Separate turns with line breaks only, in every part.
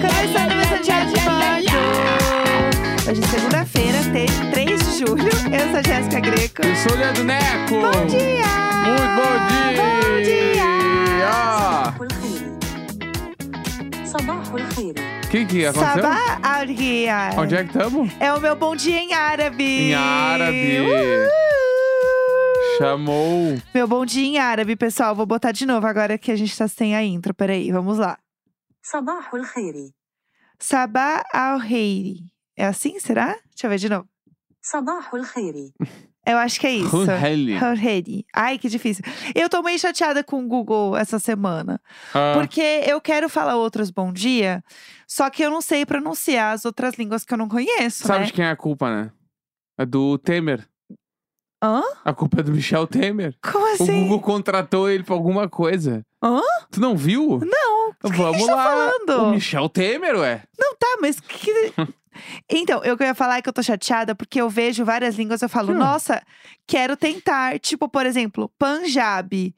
Começando mais um Diário de Bordo. Hoje é segunda-feira, tem 3 de julho. Eu sou a Jéssica Greco.
Eu sou o Leandro Neco!
Bom dia!
Muito bom dia!
Bom
dia!
صباح الخير
O que que aconteceu?
Sabá Arria.
Onde é que estamos?
É o meu bom dia em árabe.
Em árabe.
Uhul.
Chamou.
Meu bom dia em árabe, pessoal. Vou botar de novo agora que a gente tá sem a intro. Peraí, vamos lá.
صباح الخير
Sabá al-Reiri. É assim, será? Deixa eu ver de novo.
صباح الخير
Eu acho que é isso.
Hunheli.
Hunheli. Ai, que difícil. Eu tô meio chateada com o Google essa semana.
Ah,
Porque eu quero falar outros bom dia, só que eu não sei pronunciar as outras línguas que eu não conheço,
sabe
né?
de quem é a culpa, né? É do Temer.
Hã?
A culpa é do Michel Temer.
Como
O
assim?
Google contratou ele pra alguma coisa.
Hã?
Tu não viu? Então
Não. o que
Vamos
que a gente tá
lá.
falando?
O Michel Temer, ué.
Não tá, mas que. Então, eu que eu ia falar é que eu tô chateada porque eu vejo várias línguas eu falo,
Hum.
nossa, quero tentar. Tipo, por exemplo, Punjab.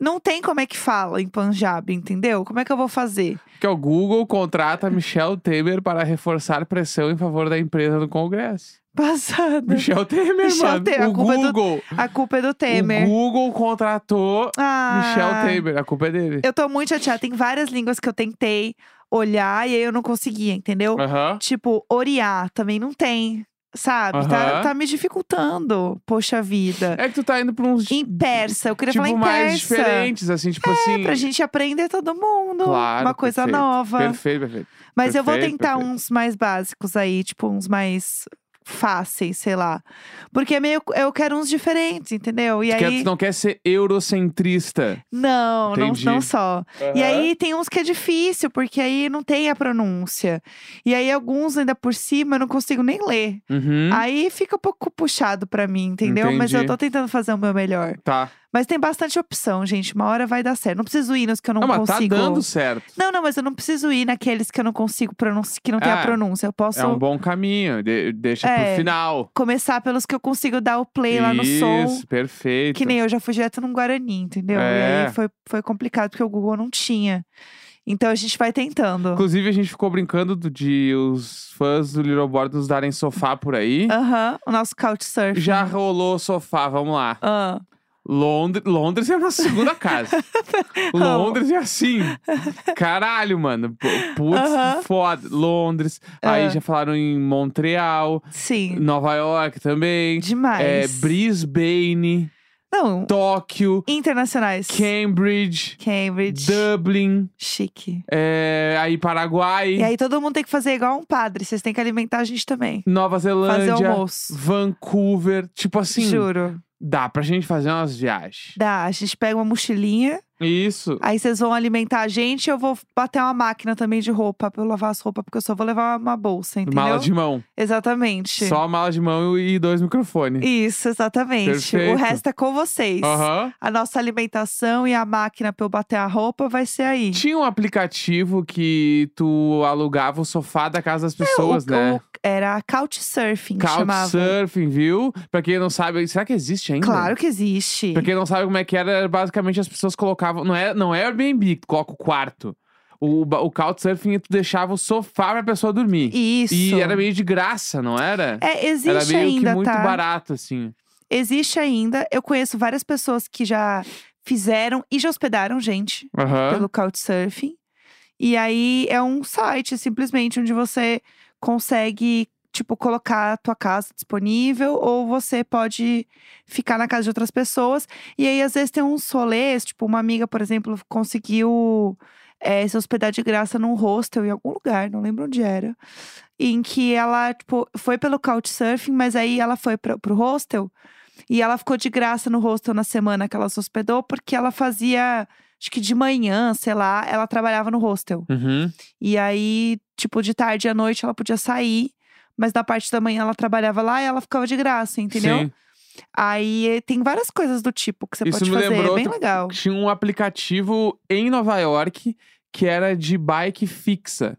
Não tem como é que fala em Punjab, entendeu? Como é que eu vou fazer?
Que o Google contrata Michel Temer para reforçar pressão em favor da empresa no Congresso.
Passada.
Michel Temer,
Michel
mano.
Temer, a
o
culpa é do
Google.
A culpa é do Temer.
O Google contratou
Ah,
Michel Temer. A culpa é dele.
Eu tô muito chateada. Tem várias línguas que eu tentei olhar e aí eu não conseguia, entendeu?
Aham.
Tipo, oriar também não tem, sabe? Tá,
Aham.
tá me dificultando, poxa vida.
É que tu tá indo pra uns
Em persa, eu queria
tipo
falar em
mais
persa.
diferentes, assim, tipo assim.
Pra gente aprender todo mundo.
Claro,
uma coisa
perfeito,
nova.
Perfeito, perfeito.
Mas eu vou
perfeito,
tentar
perfeito.
uns mais básicos aí, tipo, uns mais fáceis, sei lá. Porque é meio. Eu quero uns diferentes, entendeu? E
Tu, quer-
aí.
tu não quer ser eurocentrista.
Não, não,
Entendi.
não só. E aí tem uns que é difícil, porque aí não tem a pronúncia. E aí alguns ainda por cima eu não consigo nem ler.
Uhum.
Aí fica um pouco puxado pra mim, entendeu? Mas eu
Entendi.
tô tentando fazer o meu melhor.
Tá.
Mas tem bastante opção, gente. Uma hora vai dar certo. Não preciso ir nos que eu não,
mas
consigo.
tá dando certo.
Não, não, mas eu não preciso ir naqueles que eu não consigo pronunciar, que não tem a
É.
pronúncia. Eu posso
É um bom caminho. de- deixa
É.
pro final.
começar pelos que eu consigo dar o play lá no som.
Isso, perfeito.
Que nem eu já fui direto num Guarani, entendeu? E
É.
aí foi, foi complicado, porque o Google não tinha. Então a gente vai tentando.
Inclusive, a gente ficou brincando do- de os fãs do Little Board nos darem sofá por aí.
Aham, o nosso Couchsurfing.
Já rolou sofá, vamos lá.
Ah,
Londres, Londres é uma segunda casa. Londres é assim. Caralho, mano. P- Putz,
Aham.
foda. Londres.
Ah.
Aí já falaram em Montreal,
sim.
Nova York também. É,
Demais.
Brisbane,
Não,
Tóquio,
internacionais.
Cambridge,
Cambridge.
Dublin,
Chique.
é, aí Paraguai,
E aí todo mundo tem que fazer igual um padre. Vocês têm que alimentar a gente também.
Nova
Fazer um
Zelândia,
almoço.
Vancouver. Tipo assim,
Juro.
dá pra gente fazer umas viagens.
Dá, a gente pega uma mochilinha,
Isso.
aí vocês vão alimentar a gente e eu vou bater uma máquina também de roupa pra eu lavar as roupas, porque eu só vou levar uma bolsa, entendeu?
Mala de mão.
Exatamente.
Só mala de mão e dois microfones.
Isso, exatamente. O
Perfeito.
resto é com vocês.
Aham.
A nossa alimentação e a máquina pra eu bater a roupa vai ser aí.
Tinha um aplicativo que tu alugava o sofá da casa das pessoas,
É, O-
né?
o- era Couchsurfing que chamava.
Couchsurfing, viu? Pra quem não sabe, será que existe ainda?
Claro que existe.
Pra quem não sabe como é que era, basicamente as pessoas colocavam. Não é, não é Airbnb que tu coloca o quarto. O, ba- o couchsurfing tu deixava o sofá pra pessoa dormir.
Isso.
E era meio de graça, não era?
É, existe
era meio
ainda,
que muito
tá?
barato, assim.
Existe ainda. Eu conheço várias pessoas que já fizeram e já hospedaram gente
Aham.
pelo Couchsurfing. E aí é um site, simplesmente, onde você consegue, tipo, colocar a tua casa disponível ou você pode ficar na casa de outras pessoas. E aí, às vezes, tem uns rolês, tipo, uma amiga, por exemplo, conseguiu eh, se hospedar de graça num hostel em algum lugar, não lembro onde era. Em que ela, tipo, foi pelo Couchsurfing, mas aí ela foi pra, pro hostel. E ela ficou de graça no hostel na semana que ela se hospedou, porque ela fazia acho que de manhã, sei lá, ela trabalhava no hostel.
Uhum.
E aí, tipo, de tarde à noite ela podia sair, mas na parte da manhã ela trabalhava lá e ela ficava de graça, entendeu?
Sim.
Aí eh, tem várias coisas do tipo que você
Isso
pode
me
fazer, é
lembrou
bem
outro-
legal.
Tinha um aplicativo em Nova York que era de bike fixa.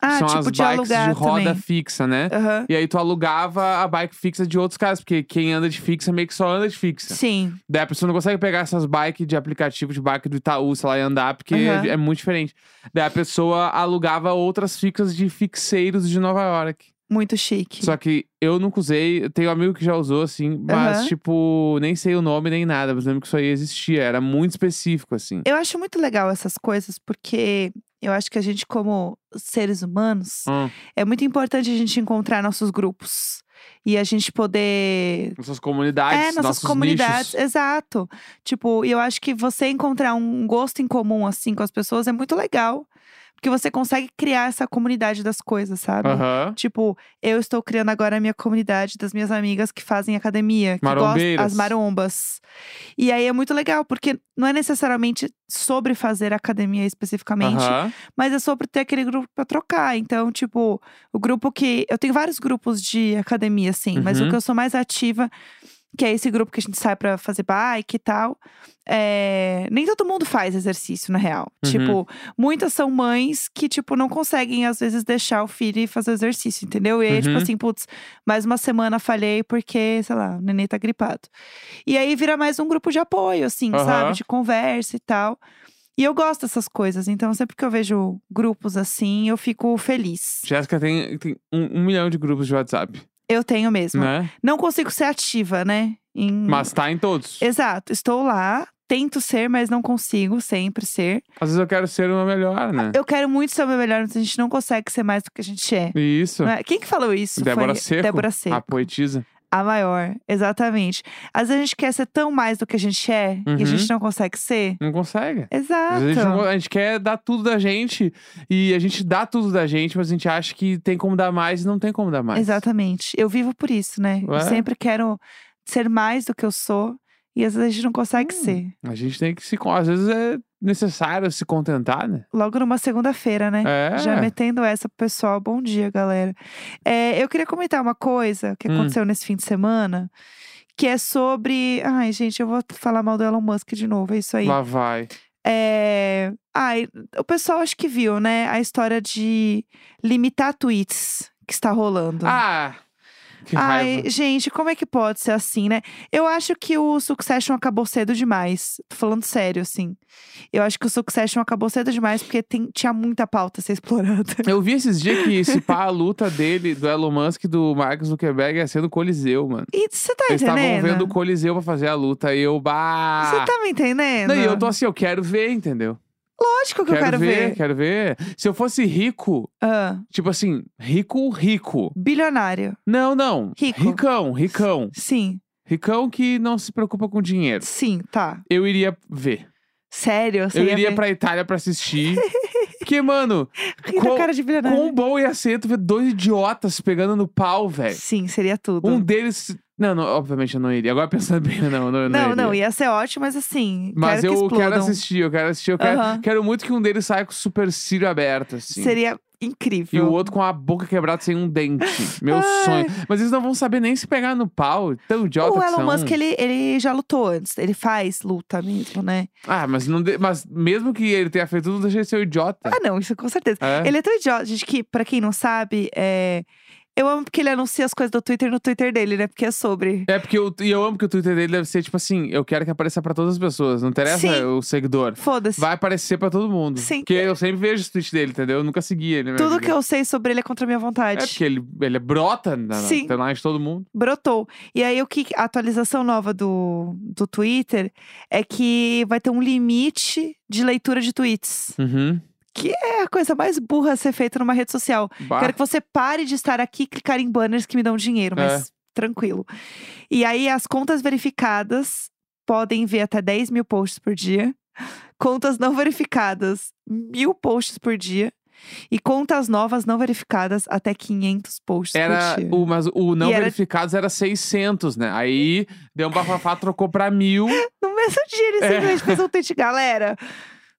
Ah,
são
tipo
as
de
bikes de
alugar
roda
também.
fixa, né?
Aham.
E aí tu alugava a bike fixa de outros caras, porque quem anda de fixa meio que só anda de fixa.
Sim.
Daí a pessoa não consegue pegar essas bikes de aplicativo de bike do Itaú, sei lá, e andar, porque
Aham.
é muito diferente. Daí a pessoa alugava outras fixas de fixeiros de Nova York.
Muito chique.
Só que eu nunca usei, eu tenho um amigo que já usou, assim, mas,
Aham.
tipo, nem sei o nome nem nada, mas lembro que isso aí existia, era muito específico, assim.
Eu acho muito legal essas coisas, porque eu acho que a gente, como seres humanos,
Hum,
é muito importante a gente encontrar nossos grupos. E a gente poder
nossas comunidades,
É, nossas
nossos
comunidades,
nichos.
exato. Tipo, e eu acho que você encontrar um gosto em comum, assim, com as pessoas é muito legal. Porque você consegue criar essa comunidade das coisas, sabe?
Aham.
Tipo, eu estou criando agora a minha comunidade das minhas amigas que fazem academia, que gostam
Marombeiras.
as marombas. E aí é muito legal, porque não é necessariamente sobre fazer academia especificamente,
aham.
mas é sobre ter aquele grupo pra trocar. Então, tipo, o grupo que. Eu tenho vários grupos de academia, assim, mas o
Uhum.
que eu sou mais ativa, que é esse grupo que a gente sai pra fazer bike e tal. é, Nem todo mundo faz exercício, na real.
Uhum.
Tipo, muitas são mães que, tipo, não conseguem, às vezes, deixar o filho ir fazer exercício, entendeu? E aí, tipo
Uhum.
assim, putz, mais uma semana falhei porque, sei lá, o neném tá gripado. E aí vira mais um grupo de apoio, assim,
Aham.
sabe? De conversa e tal. E eu gosto dessas coisas, então sempre que eu vejo grupos assim, eu fico feliz.
Jéssica tem, tem um, um milhão de grupos de WhatsApp,
Eu tenho mesmo.
né?
Não consigo ser ativa, né? Em-
Mas tá em todos.
Exato, estou lá, tento ser, mas não consigo sempre ser.
Às vezes eu quero ser uma melhor, né?
Eu quero muito ser o meu melhor, mas a gente não consegue ser mais do que a gente é.
Isso.
Não é? Quem que falou isso?
Débora
Foi
Seco, Ah.
Débora Seco.
A poetisa.
A maior, exatamente. Às vezes a gente quer ser tão mais do que a gente é e a
Uhum.
gente não consegue ser.
Não consegue. Às
Exato.
vezes A gente, não- a gente quer dar tudo da gente e a gente dá tudo da gente, mas a gente acha que tem como dar mais e não tem como dar mais.
Exatamente. Eu vivo por isso, né? Eu
É.
sempre quero ser mais do que eu sou. E às vezes a gente não consegue
Hum.
ser.
A gente tem que se. con- Às vezes é necessário se contentar, né?
Logo numa segunda-feira, né?
É.
Já metendo essa pro pessoal. Bom dia, galera. É, eu queria comentar uma coisa que
Hum.
aconteceu nesse fim de semana. Que é sobre. Ai, gente, eu vou falar mal do Elon Musk de novo. É isso aí.
Lá vai.
É... Ai, o pessoal acho que viu, né? A história de limitar tweets que está rolando.
Ah! Que
Ai,
raiva.
gente, como é que pode ser assim, né? Eu acho que o Succession acabou cedo demais. Tô falando sério, assim. Eu acho que o Succession acabou cedo demais porque tem- tinha muita pauta a ser explorada.
Eu vi esses dias que esse pá, a luta dele, do Elon Musk e do Mark Zuckerberg, é ia ser no Coliseu, mano.
E você tá
Eles estavam
entendendo?
vendo o Coliseu pra fazer a luta e eu. Bah!
Você tá me entendendo?
Não, e eu tô assim, eu quero ver, entendeu?
Lógico que eu quero ver.
quero ver. Se eu fosse rico,
Ah,
tipo assim, rico, rico.
bilionário.
Não, não.
Rico.
Ricão, ricão.
Sim,
Ricão que não se preocupa com dinheiro.
sim, tá.
Eu iria ver.
Sério, assim, é você
eu
ia
iria
ver?
pra Itália pra assistir. Porque, mano,
Ri da
com- um
cara de bilionário.
quão bom ia ser tu ver dois idiotas se pegando no pau, velho.
Sim, seria tudo.
Um deles. Não, não, obviamente eu não iria. Agora pensando bem, não, não, eu não,
Não,
iria.
não, ia ser ótimo, mas assim.
Mas
quero que
eu quero
explodam.
assistir, eu quero assistir, eu quero.
Aham.
Quero muito que um deles saia com o super cílio aberto, assim.
Seria incrível.
E o outro com a boca quebrada sem um dente. Meu
Ai.
sonho. Mas eles não vão saber nem se pegar no pau. Tão idiota
o
que
Elon
são.
Musk, ele, ele já lutou antes. Ele faz luta mesmo, né?
Ah, mas, não de- mas mesmo que ele tenha feito tudo, deixa ele ser um idiota.
Ah, não, isso com certeza.
É?
Ele é tão idiota, gente, que, pra quem não sabe, é... eu amo porque ele anuncia as coisas do Twitter no Twitter dele, né? Porque é sobre.
É porque eu, e eu amo que o Twitter dele deve ser tipo assim: eu quero que apareça pra todas as pessoas, não interessa
Sim.
o seguidor.
Foda-se.
Vai aparecer pra todo mundo.
Sim.
Porque eu sempre vejo os tweets dele, entendeu? Eu nunca segui ele. na minha
Tudo
vida.
que eu sei sobre ele é contra a minha vontade.
É porque ele, ele brota na
Sim.
na timeline de todo mundo.
Brotou. E aí, o que a atualização nova do, do Twitter é que vai ter um limite de leitura de tweets.
Uhum.
É a coisa mais burra a ser feita numa rede social.
Bah.
Quero que você pare de estar aqui e clicar em banners que me dão dinheiro,
É.
mas tranquilo. E aí, as contas verificadas podem ver até 10 mil posts por dia. Contas não verificadas, mil posts por dia. E contas novas não verificadas, até 500 posts
Era
por dia.
o, mas o não
E era-
verificados era 600, né? Aí deu um bafafá, trocou pra mil.
No mesmo dia, ele
É.
simplesmente fez um tweet. Galera,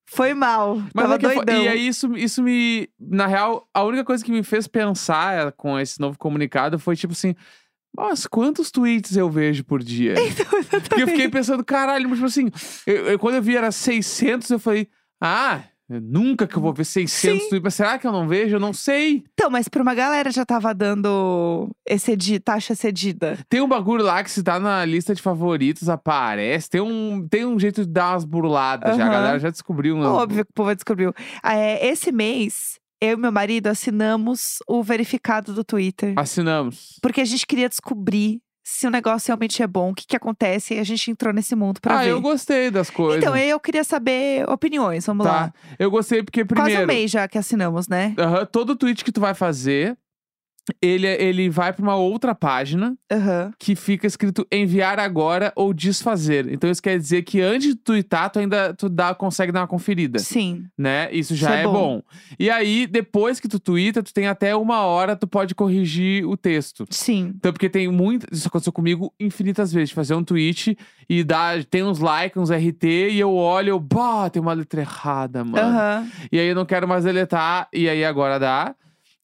foi mal.
Mas
Tava
é que eu fa-
doidão.
E aí isso, isso me. Na real, a única coisa que me fez pensar eh, com esse novo comunicado foi tipo assim. Mas quantos tweets eu vejo por dia?
Então,
Porque eu fiquei pensando, caralho, mas tipo assim, eu, eu- quando eu vi era 600, eu falei, ah, Eu- nunca que eu vou ver 600
Sim.
tweets. Será que eu não vejo? Eu não sei.
Então, mas pra uma galera já tava dando excedi, taxa cedida.
Tem um bagulho lá que se tá na lista de favoritos, aparece. Tem um, tem um jeito de dar umas burladas já. A
Aham.
galera já descobriu. né?
Óbvio que o povo descobriu. Ah, é, esse mês, eu e meu marido assinamos o verificado do Twitter.
Assinamos.
Porque a gente queria descobrir se o negócio realmente é bom, o que, que acontece, e a gente entrou nesse mundo pra
ah,
ver.
eu gostei das coisas.
Então, eu queria saber opiniões, vamos lá.
tá. Eu gostei porque,
Quase um
primeiro,
mês já que assinamos, né?
aham, todo tweet que tu vai fazer, ele, é, ele vai pra uma outra página.
Aham.
que fica escrito enviar agora ou desfazer. Então isso quer dizer que antes de tuitar, tu ainda tu dá, consegue dar uma conferida,
Sim.
né? Isso já
Isso
é
é
bom. E aí, depois que tu tuita, tu tem até uma hora, tu pode corrigir o texto.
Sim.
Então, porque tem muito. Isso aconteceu comigo infinitas vezes. de Fazer um tweet e dar, tem uns likes, uns RT, e eu olho, eu, bah, tem uma letra errada, mano.
Aham.
E aí eu não quero mais deletar, e aí agora dá.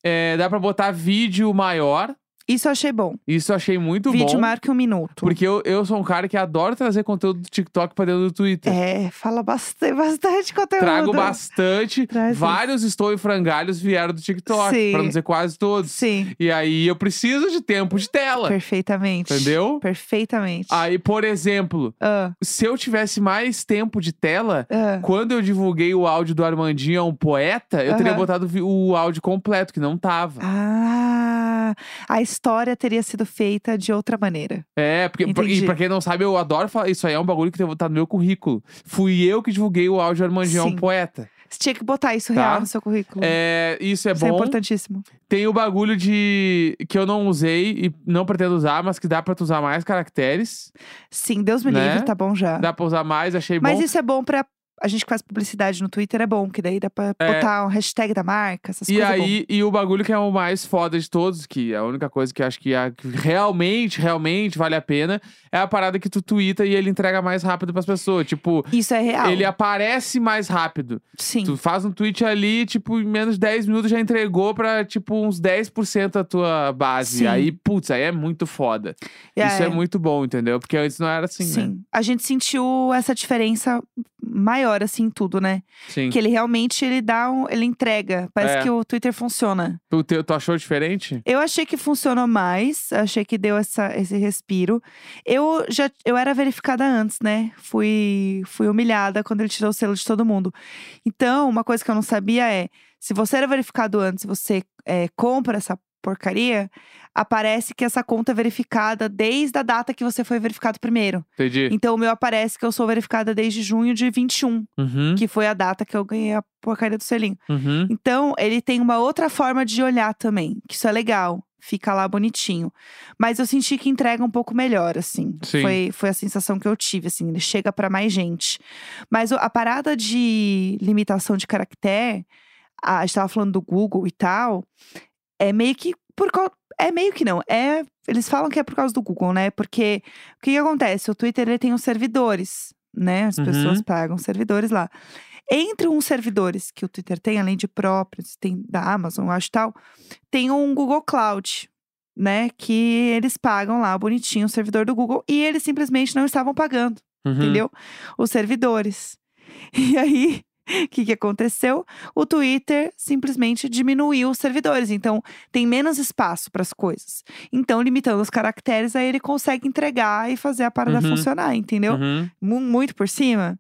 É, dá pra botar vídeo maior.
Isso eu achei bom.
Isso eu achei muito
Vídeo
bom.
marca um minuto.
Porque eu, eu sou um cara que adoro trazer conteúdo do TikTok pra dentro do Twitter.
É, fala bastante, bastante conteúdo.
Trago bastante.
Traz isso.
Vários estou e frangalhos vieram do TikTok,
Sim.
pra não dizer quase todos.
Sim,
E aí eu preciso de tempo de tela,
perfeitamente.
entendeu?
Perfeitamente.
Aí, por exemplo,
Ah,
se eu tivesse mais tempo de tela,
ah.
quando eu divulguei o áudio do Armandinho a um poeta, eu teria
Aham.
botado vi- o áudio completo, que não tava.
Ah, a história teria sido feita de outra maneira.
É, porque pra- e
Entendi.
pra quem não sabe, eu adoro falar. Isso aí é um bagulho que tá no meu currículo. Fui eu que divulguei o áudio do Armandinho a um
Sim.
poeta.
Você tinha que botar isso
Tá.
real no seu currículo.
É, isso é
isso
bom.
é importantíssimo.
Tem o bagulho de. que eu não usei e não pretendo usar, mas que dá pra tu usar mais caracteres.
Sim, Deus me
Né?
livre, tá bom já.
Dá pra usar mais, achei
Mas
bom.
isso é bom pra. A gente que faz publicidade no Twitter é bom, que daí dá pra
É.
botar um hashtag da marca, essas
E
coisas. é
aí, e o bagulho que é o mais foda de todos, que é a única coisa que eu acho que, a- que realmente, realmente vale a pena, é a parada que tu twitta e ele entrega mais rápido pras pessoas. Tipo,
bom. Isso é real.
ele aparece mais rápido.
Sim.
Tu faz um tweet ali, tipo, em menos de 10 minutos já entregou pra, tipo, uns 10% da tua base.
Sim.
Aí, putz, aí é muito foda. Isso é. muito bom, entendeu? Porque antes não era assim, né?
A gente sentiu essa diferença maior, assim, em tudo, né?
Sim.
Que ele realmente, ele dá um… Ele entrega. Parece
É.
que o Twitter funciona.
Tu, teu- tu achou diferente?
Eu achei que funcionou mais. Achei que deu essa, esse respiro. Eu já… Eu era verificada antes, né? Fui, fui humilhada quando ele tirou o selo de todo mundo. Então, uma coisa que eu não sabia é… Se você era verificado antes, você é, compra essa porcaria… Aparece que essa conta é verificada desde a data que você foi verificado primeiro.
Entendi.
Então o meu aparece que eu sou verificada desde junho de 21,
Uhum,
que foi a data que eu ganhei a porcaria do selinho.
uhum.
Então ele tem uma outra forma de olhar também, que isso é legal. Fica lá bonitinho. Mas eu senti que entrega um pouco melhor, assim.
Sim.
Foi, foi a sensação que eu tive, assim. Ele chega pra mais gente. Mas o- a parada de limitação de caractere, a, a gente tava falando do Google e tal, é meio que por causa. É meio que não. É, eles falam que é por causa do Google, né? Porque o que, que acontece? O Twitter ele tem os servidores, né? As
Uhum.
pessoas pagam servidores lá. Entre uns servidores que o Twitter tem, além de próprios, tem da Amazon, eu acho e tal, tem um Google Cloud, né? Que eles pagam lá bonitinho o servidor do Google e eles simplesmente não estavam pagando
uhum.
entendeu? Os servidores. E aí, o que, que aconteceu? O Twitter simplesmente diminuiu os servidores. Então, tem menos espaço para as coisas. Então, limitando os caracteres, aí ele consegue entregar e fazer a parada
Uhum.
funcionar, entendeu?
Uhum.
Mu- Muito por cima.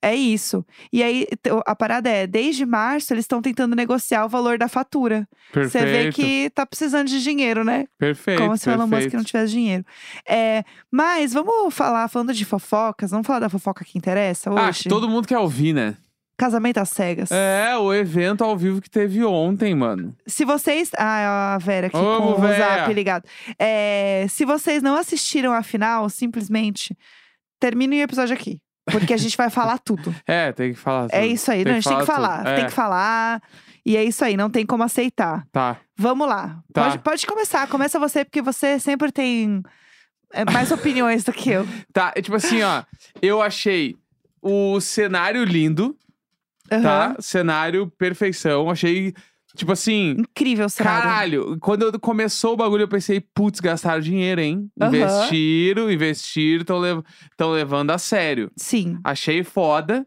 É isso. E aí, t- a parada é, desde março, eles estão tentando negociar o valor da fatura.
Perfeito.
Você vê que tá precisando de dinheiro, né?
Perfeito.
Como se o Elon Musk
perfeito.
não tivesse dinheiro. É, mas vamos falar, falando de fofocas, vamos falar da fofoca que interessa
Ah,
hoje?
que todo mundo quer ouvir, né?
Casamento às cegas.
É, o evento ao vivo que teve ontem, mano.
Se vocês. Ah, a Vera aqui
Ô,
com
Vera!
o zap ligado. É, se vocês não assistiram a final, simplesmente terminem o episódio aqui. Porque a gente vai falar tudo.
É, tem que falar.
É
tudo.
isso aí. Não, a gente tem que falar.
tudo. É,
Tem que falar. E é isso aí, não tem como aceitar.
Tá.
Vamos lá.
Tá.
Pode, pode começar. Começa você, porque você sempre tem é, mais opiniões do que eu.
Tá, é tipo assim, ó. Eu achei o cenário lindo,
Aham.
tá? Cenário perfeição. Achei, tipo assim.
Incrível o cenário.
Caralho, quando eu- começou o bagulho, eu pensei, putz, gastaram dinheiro, hein?
Aham.
Investiram, investiram, tão, lev tão levando a sério.
Sim.
Achei foda.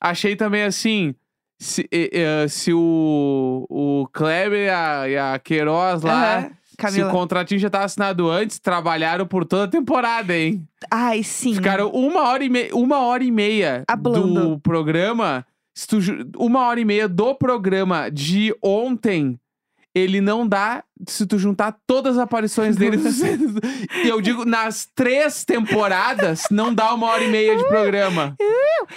Achei também assim. se, e- e, ah, se o, o Kleber e a, e a Queiroz lá,
Aham,
se o
Camila.
contratinho já estava assinado antes, trabalharam por toda a temporada, hein?
Ai, sim.
Ficaram uma hora e meia, uma hora e meia
Hablando.
do programa. Se tu ju- uma hora e meia do programa de ontem, ele não dá se tu juntar todas as aparições dele. e eu digo, nas três temporadas, não dá uma hora e meia de programa.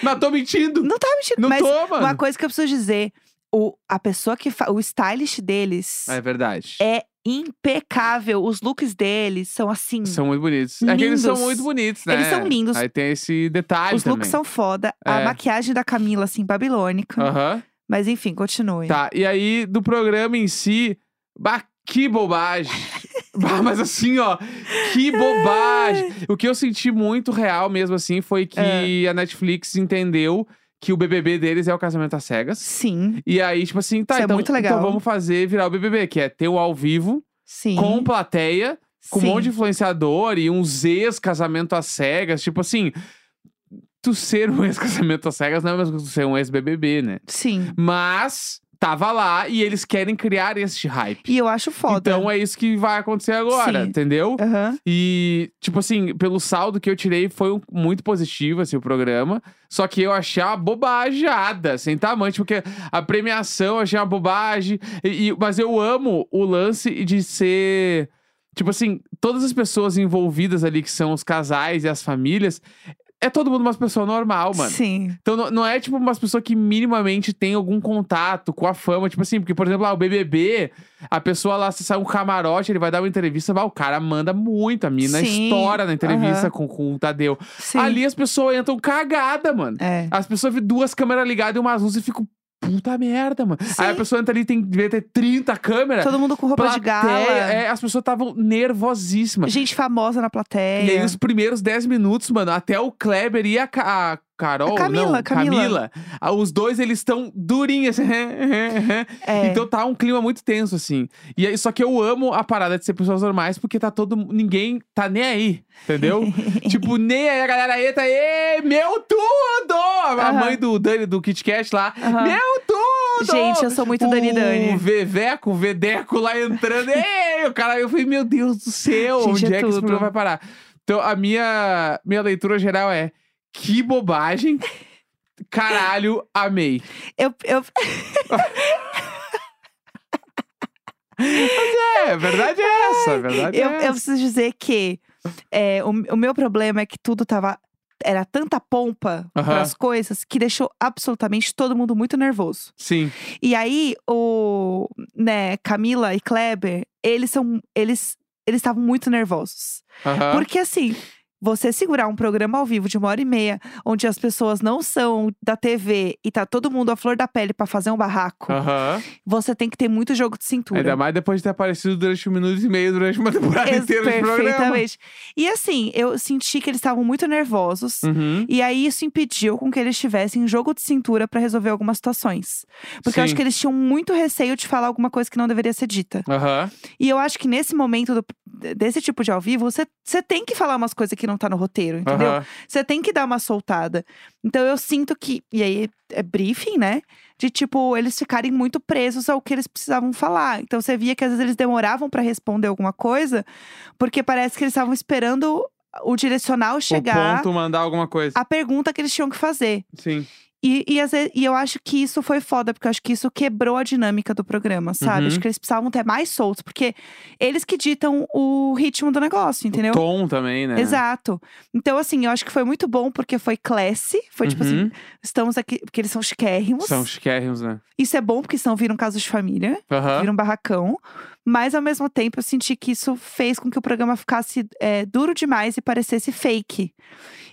Mas tô mentindo.
Não tá mentindo,
Não
mas
tô, mano.
uma coisa que eu preciso dizer: o, a pessoa que faz. O stylist deles
É verdade.
é impecável. Os looks deles são assim.
São muito bonitos. É que eles são
Lindos.
muito bonitos, né?
Eles são lindos.
Aí tem esse detalhe
Os
também.
looks são foda.
É.
A maquiagem da Camila, assim, babilônica.
Aham.
Mas enfim, continue.
Tá, e aí do programa em si, bah, que bobagem. Bah, mas assim, ó, que bobagem. O que eu senti muito real mesmo assim foi
É.
que a Netflix entendeu que o BBB deles é o casamento às cegas.
Sim,
E aí, tipo assim, tá,
Isso é
então,
muito legal.
então vamos fazer virar o BBB, que é ter o ao vivo,
sim.
com plateia, com
sim.
um monte de influenciador e uns ex-casamento às cegas. Tipo assim, tu ser um ex-casamento às cegas não é mesmo que tu ser um ex-BBB, né?
Sim.
Mas tava lá e eles querem criar este hype.
E eu acho foda.
Então é isso que vai acontecer agora,
Sim.
entendeu?
Aham.
E, tipo assim, pelo saldo que eu tirei, foi um- muito positivo, assim, o programa. Só que eu achei uma bobageada, sem tamanho. Porque a premiação eu achei uma bobagem. E- e- mas eu amo o lance de ser... Tipo assim, todas as pessoas envolvidas ali, que são os casais e as famílias... É todo mundo uma pessoa normal, mano.
Sim.
Então não- não é tipo umas pessoas que minimamente tem algum contato com a fama, tipo assim, porque por exemplo, lá o BBB, a pessoa lá acessar um camarote, ele vai dar uma entrevista, vai, o cara manda muito, a mina
Sim,
estoura na entrevista
aham.
com, com o Tadeu.
Sim.
Ali as pessoas entram cagada, mano.
É.
As pessoas vêem duas câmeras ligadas e umas luzes e ficam puta merda, mano.
Sim.
Aí a pessoa entra ali tem devia ter 30 câmeras.
Todo mundo com roupa de gala.
é, as pessoas estavam nervosíssimas.
Gente famosa na plateia.
E aí, os primeiros 10 minutos, mano, até o Kleber e a, Ca- a Carol.
A Camila,
não,
Camila.
ah, Os dois, eles estão durinhos.
É.
Então tá um clima muito tenso, assim. E aí, só que eu amo a parada de ser pessoas normais, porque tá todo. mu- Ninguém tá nem aí, entendeu? tipo, nem aí a galera aí tá aí, meu tudo! A
Aham.
mãe do Dani do Kit Kat lá,
Aham.
meu tudo! Uh.
Gente, eu sou muito Dani
O
Dani.
Veveco, o Vedeco lá entrando. Ei, o cara, eu falei, meu Deus do céu,
Gente,
onde
é
é, que esse
tudo.
programa vai parar? Então, a minha, minha leitura geral é: que bobagem. Caralho, amei.
Eu, eu,
É, a verdade é essa, a verdade
eu,
é
eu
essa.
preciso dizer que é, o, o meu problema é que tudo tava. Era tanta pompa
Aham.
para as coisas que deixou absolutamente todo mundo muito nervoso.
Sim,
E aí, o, né, Camila e Kleber, eles são. Eles eles estavam muito nervosos.
aham.
Porque assim, você segurar um programa ao vivo de uma hora e meia, onde as pessoas não são da TV e tá todo mundo à flor da pele pra fazer um barraco,
aham.
você tem que ter muito jogo de cintura.
Ainda mais depois de ter aparecido durante um minuto e meio, durante uma temporada
Ex-
inteira de programa.
Perfeitamente. E assim, eu senti que eles estavam muito nervosos.
Uhum.
E aí, isso impediu com que eles tivessem jogo de cintura pra resolver algumas situações. Porque eu acho
Sim.
que eles tinham muito receio de falar alguma coisa que não deveria ser dita.
Aham.
E eu acho que nesse momento do- desse tipo de ao vivo, você você tem que falar umas coisas que não tá no roteiro, entendeu?
Aham.
Você tem que dar uma soltada. Então eu sinto que. E aí é briefing, né? De tipo, eles ficarem muito presos ao que eles precisavam falar. Então você via que às vezes eles demoravam pra responder alguma coisa, porque parece que eles estavam esperando o direcional
O
chegar.
ponto mandar alguma coisa.
A pergunta que eles tinham que fazer.
Sim.
E, e, às vezes- e eu acho que isso foi foda, porque eu acho que isso quebrou a dinâmica do programa, sabe?
Uhum.
Acho que eles precisavam ter mais soltos, porque eles que ditam o ritmo do negócio, entendeu?
Tom também, né?
Exato. Então, assim, eu acho que foi muito bom, porque foi classe. Foi tipo assim,
Uhum.
estamos aqui. Porque eles são chiquérrimos.
São chiquérrimos, né?
Isso é bom, porque senão viram casos de família,
Aham.
viram barracão. Mas ao mesmo tempo, eu senti que isso fez com que o programa ficasse é, duro demais e parecesse fake.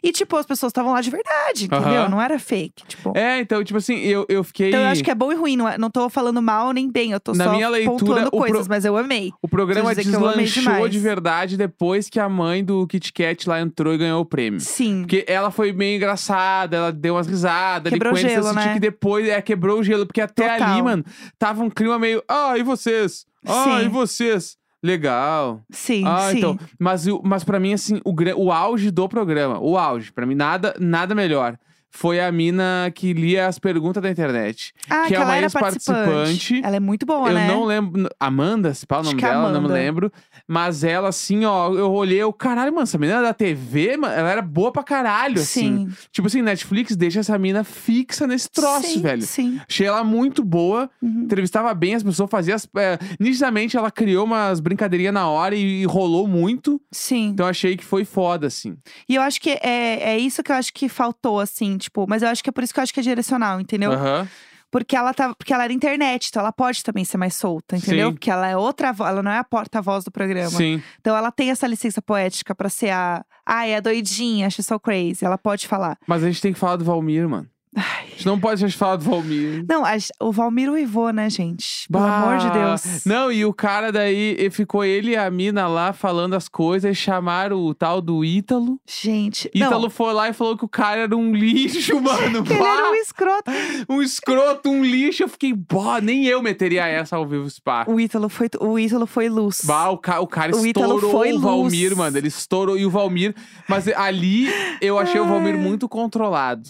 E, tipo, as pessoas estavam lá de verdade, entendeu?
Aham.
Não era fake. Tipo.
É, então, tipo assim, eu, eu fiquei.
Então, eu acho que é bom e ruim. Não, é- não tô falando mal nem bem, eu tô
Na
só
minha leitura,
pontuando
o pro-
coisas, mas eu amei.
O programa
Preciso dizer que eu amei
deslanchou
demais.
de verdade depois que a mãe do Kit Kat lá entrou e ganhou o prêmio.
Sim.
Porque ela foi meio engraçada, ela deu umas risadas.
Quebrou o
ali, com eles, eu
gelo,
senti
né?
que depois é, quebrou o gelo. Porque até
Total.
ali, mano, tava um clima meio. Ah, e vocês? Ah,
Sim.
e vocês? Legal.
Sim,
ah,
sim.
então. Mas, o- mas para mim, assim, o, gran- o auge do programa, o auge, pra mim, nada, nada melhor. foi a mina que lia as perguntas da internet.
Ah,
que é a
ela era
Maís participante.
Ela é muito boa,
eu
né?
não lembro. Amanda, se fala o
Acho
nome
que é
dela, não me
Amanda.
lembro. Mas ela, assim, ó, eu olhei, eu, caralho, mano, essa menina era da TV, mano, ela era boa pra caralho, assim.
Sim.
Tipo assim, Netflix deixa essa mina fixa nesse troço,
sim,
velho.
Sim.
Achei ela muito boa,
Uhum.
entrevistava bem as pessoas, fazia as. é, nitidamente ela criou umas brincadeirinhas na hora e, e rolou muito.
Sim.
Então achei que foi foda, assim.
E eu acho que é, é isso que eu acho que faltou, assim, tipo, mas eu acho que é por isso que eu acho que é direcional, entendeu?
Aham.
Porque ela tá, porque ela era internet, então ela pode também ser mais solta, entendeu?
Sim.
Porque ela é outra, vo- ela não é a porta-voz do programa.
Sim.
Então ela tem essa licença poética pra ser a, ai, a doidinha, she's so crazy, ela pode falar.
Mas a gente tem que falar do Valmir, mano. A gente não pode deixar de falar do Valmir.
Não, a- o Valmir uivou, né, gente? Pelo
Bah.
amor de Deus.
Não, e o cara daí, e ficou ele e a mina lá falando as coisas e chamaram o tal do Ítalo.
Gente,
Ítalo
não.
foi lá e falou que o cara era um lixo, mano.
Ele era
bah,
um escroto.
um escroto, um lixo. Eu fiquei, bah, nem eu meteria essa ao vivo spa.
O Ítalo foi, o Ítalo foi luz.
Bah, o, ca- o cara
O Ítalo
estourou
foi
o Valmir,
luz.
mano. Ele estourou. E o Valmir. Mas ali eu achei o Valmir
Ai.
muito controlado.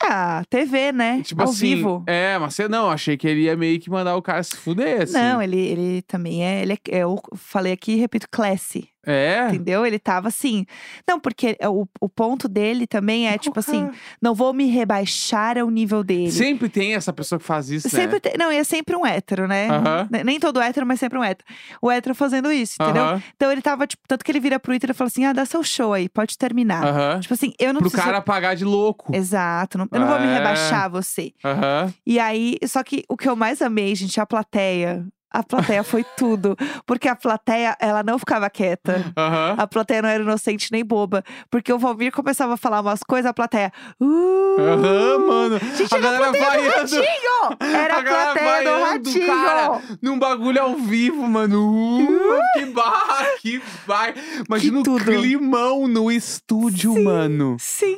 Ah, TV, né?
Tipo
Ao
assim.
vivo.
É, mas você não, achei que ele ia meio que mandar o cara se fuder, assim.
Não, ele, ele também é, ele é. Eu falei aqui e repito, classy,
É.
entendeu? Ele tava assim. Não, porque o, o ponto dele também é, tipo assim, não vou me rebaixar ao nível dele.
Sempre tem essa pessoa que faz isso, né?
Sempre tem- não, e é sempre um hétero, né?
Aham.
Ne- Nem todo hétero, mas sempre um hétero. O hétero fazendo isso, entendeu?
Aham,
Então ele tava, tipo, tanto que ele vira pro Twitter e fala assim: ah, dá seu show aí, pode terminar.
aham.
Tipo assim, eu não
Pro
preciso.
cara pagar de louco.
Exato, não- eu não vou me
É.
rebaixar você.
Aham.
E aí, só que o que eu mais amei, gente, é a plateia. A plateia foi tudo. Porque a plateia, ela não ficava quieta.
Aham.
A plateia não era inocente nem boba. Porque o Valmir começava a falar umas coisas, a plateia. "Uh".
Aham, mano.
Gente,
a
era a
galera
plateia do
vaiando.
ratinho! Era a,
a galera
plateia do
vaiando,
ratinho!
cara. Num bagulho ao vivo, mano. Uh, que barra, que vai. Imagina o
tudo.
climão no estúdio, mano.
Sim.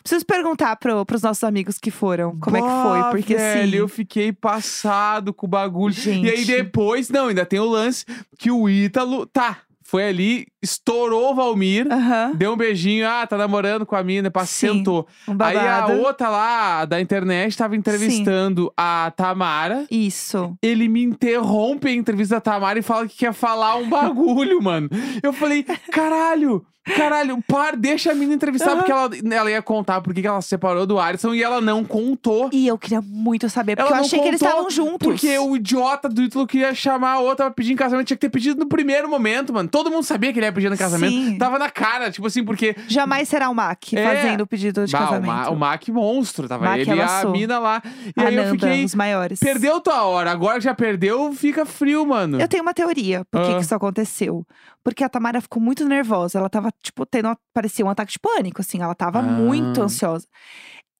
Preciso perguntar pro, pros nossos amigos que foram como é que
Bah,
foi. Porque
velho,
assim.
eu fiquei passado com o bagulho.
Gente.
E aí depois, não, ainda tem o lance que o Ítalo, tá, foi ali, estourou o Valmir.
Aham.
Deu um beijinho, ah, tá namorando com a mina, pá,
Sim.
sentou.
Um
Aí a
babado.
outra lá da internet tava entrevistando a Tamara.
Isso.
Ele me interrompe a entrevista da Tamara e fala que quer falar um bagulho, mano. Eu falei, caralho, caralho, par, deixa a mina entrevistar,
Aham.
porque ela, ela ia contar por que que ela se separou do Arisson e ela não contou.
E eu queria muito saber, porque
Ela
eu
não
achei que eles
contou
estavam juntos.
Porque o idiota do Ítalo queria chamar a outra pra pedir em casamento. Tinha que ter pedido no primeiro momento, mano. Todo mundo sabia que ele ia pedir no casamento.
Sim.
Tava na cara, tipo assim, porque
Jamais será o Mac
É.
fazendo o pedido de
Bah, o
casamento.
Ma- O Mac monstro, tava
Mac Ah,
ele e a
amassou.
mina lá. E
a
aí eu
Nanda,
fiquei.
os maiores.
Perdeu tua hora, agora que já perdeu, fica frio, mano.
Eu tenho uma teoria por que
Ah.
que isso aconteceu. Porque a Tamara ficou muito nervosa. Ela tava, tipo, tendo. uma- Parecia um ataque de pânico, assim. Ela tava
Ah.
muito ansiosa.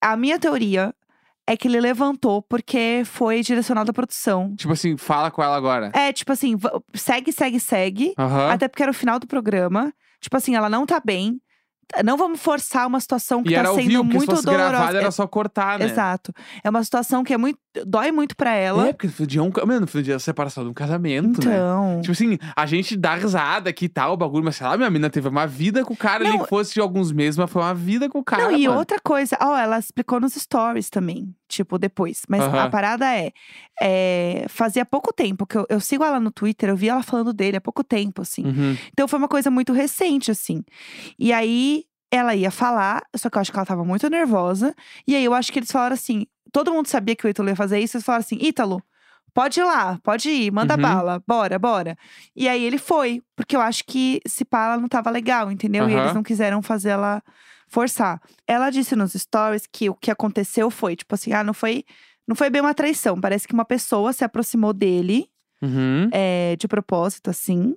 A minha teoria é que ele levantou porque foi direcionado à produção.
Tipo assim, fala com ela agora.
É, tipo assim, va- segue, segue, segue.
Aham.
Até porque era o final do programa. Tipo assim, ela não tá bem. Não vamos forçar uma situação que
E
tá
era ao
sendo
vivo, porque se
muito
fosse gravado
dolorosa.
era só cortar, né?
Exato. É uma situação que é muito. dói muito pra ela.
É, porque no dia, é um, ca- mano, no dia da separação de um casamento, né?
então.
Tipo assim, a gente dá risada aqui e tal, o bagulho, mas sei lá, minha mina teve uma vida com o cara nem
Não.
que fosse de alguns meses, mas foi uma vida com o cara.
Não, e
mano.
outra coisa, ó, ela explicou nos stories também, tipo, depois. Mas
Aham.
a parada é, é, fazia pouco tempo que eu, eu sigo ela no Twitter, eu vi ela falando dele há pouco tempo, assim.
Uhum.
Então foi uma coisa muito recente, assim. E aí ela ia falar, só que eu acho que ela tava muito nervosa. E aí eu acho que eles falaram assim: todo mundo sabia que o Ítalo ia fazer isso, eles falaram assim: Ítalo. Pode ir lá, pode ir, manda
Uhum.
bala, bora, bora. E aí ele foi, porque eu acho que se pá, ela não tava legal, entendeu? E
Aham.
eles não quiseram fazer ela forçar. Ela disse nos stories que o que aconteceu foi, tipo assim, ah, não foi, não foi bem uma traição. Parece que uma pessoa se aproximou dele
Uhum.
é, de propósito, assim.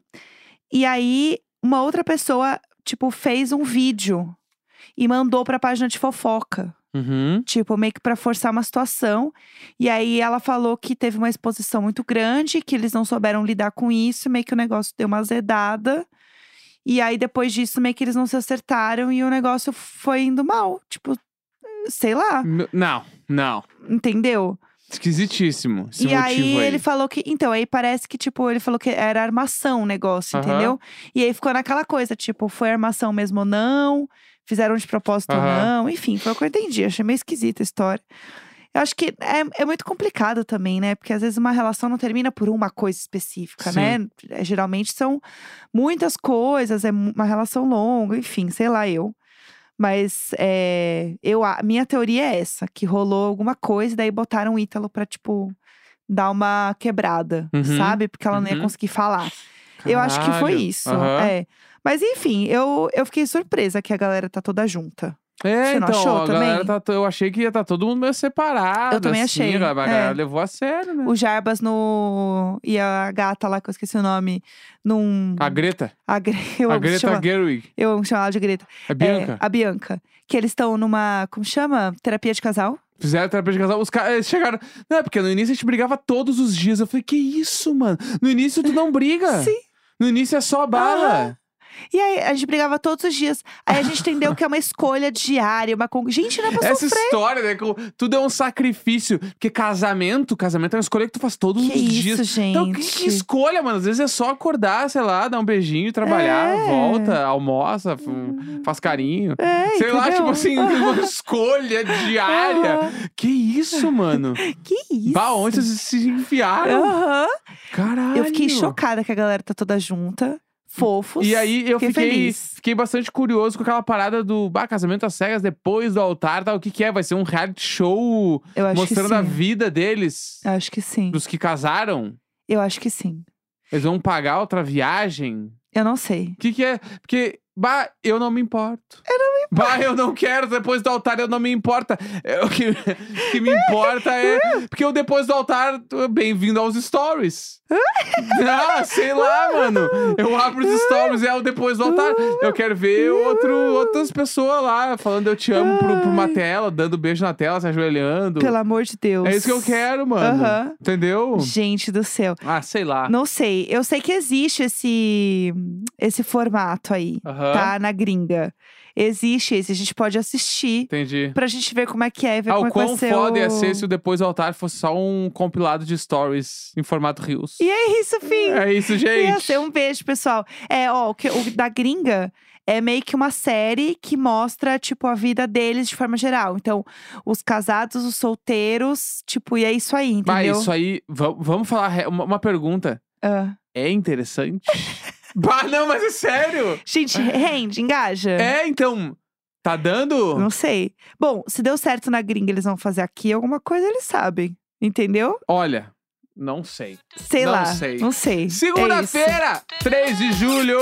E aí, uma outra pessoa, tipo, fez um vídeo e mandou pra página de fofoca.
Uhum.
Tipo, meio que pra forçar uma situação. E aí ela falou que teve uma exposição muito grande, que eles não souberam lidar com isso, meio que o negócio deu uma azedada. E aí, depois disso, meio que eles não se acertaram e o negócio foi indo mal. Tipo, sei lá,
Meu- Não, não.
entendeu?
Esquisitíssimo esse
e
motivo
aí,
aí.
ele falou que. Então, aí parece que, tipo, ele falou que era armação o negócio,
Aham.
entendeu? E aí ficou naquela coisa, tipo, foi armação mesmo ou não? fizeram de propósito ou
Aham.
não. Enfim, foi o que eu entendi. Achei meio esquisita a história. Eu acho que é, é muito complicado também, né? Porque às vezes uma relação não termina por uma coisa específica,
Sim.
né? É, geralmente são muitas coisas, é mu- uma relação longa, enfim, sei lá eu. Mas é, eu, a minha teoria é essa: que rolou alguma coisa e daí botaram o Ítalo pra, tipo, dar uma quebrada,
Uhum,
sabe? Porque ela não ia
uhum.
conseguir falar. Eu acho que foi
Caralho.
isso.
Aham.
É. Mas enfim, eu, eu fiquei surpresa que a galera tá toda junta.
É,
Você não
então,
achou
a galera
também?
tá to- eu achei que ia estar todo mundo meio separado.
Eu também
assim,
achei,
A galera
é.
levou a sério, né?
O Jarbas no. E a gata lá, que eu esqueci o nome. Num.
A Greta.
A, Gre- eu
a
amo
Greta
chamar-
Gerwig.
Eu amo chamar ela de Greta.
A Bianca.
É, a Bianca. Que eles estão numa. Como chama? Terapia de casal?
Fizeram terapia de casal. Os caras eles chegaram. Não, é porque no início a gente brigava todos os dias. Eu falei, que isso, mano? No início tu não briga.
Sim.
No início é só bala.
E aí, a gente brigava todos os dias. Aí a gente entendeu que é uma escolha diária, uma. con- Gente, não é pra
Essa
sofrer.
história, né? com- Tudo é um sacrifício. Porque casamento, casamento é uma escolha que tu faz todos
Que
os
isso,
dias.
gente.
Então, que, que escolha, mano? Às vezes é só acordar, sei lá, dar um beijinho, trabalhar,
É. Uhum.
volta, almoça, f- faz carinho.
É,
sei lá,
entendeu?
tipo assim, uma escolha diária.
Aham.
Que isso, mano?
Que isso?
Bah, onde vocês se enfiaram?
Aham.
Caralho.
Eu fiquei chocada que a galera tá toda junta. Fofos.
E aí eu
fiquei
fiquei,
feliz.
fiquei bastante curioso com aquela parada do bah, casamento às cegas depois do altar, tal. O que, que é? Vai ser um reality show
Eu acho
mostrando
que
a
sim. É.
vida deles,
Eu acho que sim.
dos que casaram.
Eu acho que sim.
Eles vão pagar outra viagem.
Eu não sei.
O que, que é? Porque, bah, eu não me importo. Eu não me importo. Bah, eu não quero depois do altar, eu não me importa. É, o que, o que me importa é. Porque eu depois do altar, tô- bem-vindo aos stories. ah, sei lá, mano. Eu abro os stories, é o depois do altar. Eu quero ver outro, outras pessoas lá falando eu te amo pro, pra uma
Ai.
tela, dando beijo na tela, se ajoelhando.
Pelo amor de Deus.
É isso que eu quero, mano.
Aham.
Entendeu?
Gente do céu.
Ah, sei lá.
Não sei. Eu sei que existe esse, esse formato aí,
Aham.
tá? Na gringa. Existe esse. A gente pode assistir
Entendi.
pra gente ver como é que é e ver
Ah,
como
o
é que
quão
vai ser
foda
o...
ia ser se o Depois do Altar fosse só um compilado de stories em formato Reels.
E é isso, fim.
É isso, gente.
Ia ser um beijo, pessoal. É, ó, o, que, o da gringa é meio que uma série que mostra, tipo, a vida deles de forma geral. Então, os casados, os solteiros, tipo, e é isso aí, entendeu?
Mas isso aí, va- vamos falar re- uma, uma pergunta.
Ah.
É interessante? bah, não, mas é sério?
Gente, rende, engaja.
Ah. É, então. Tá dando?
Não sei. Bom, se deu certo na gringa, eles vão fazer aqui alguma coisa, eles sabem. Entendeu?
Olha, não sei.
Sei
Não
lá.
sei.
Não sei. É isso.
Segunda-feira, 3 de julho!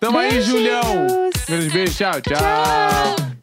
Tamo aí, Julião!
Beijinhos.
Grande beijo, tchau, tchau.
Tchau.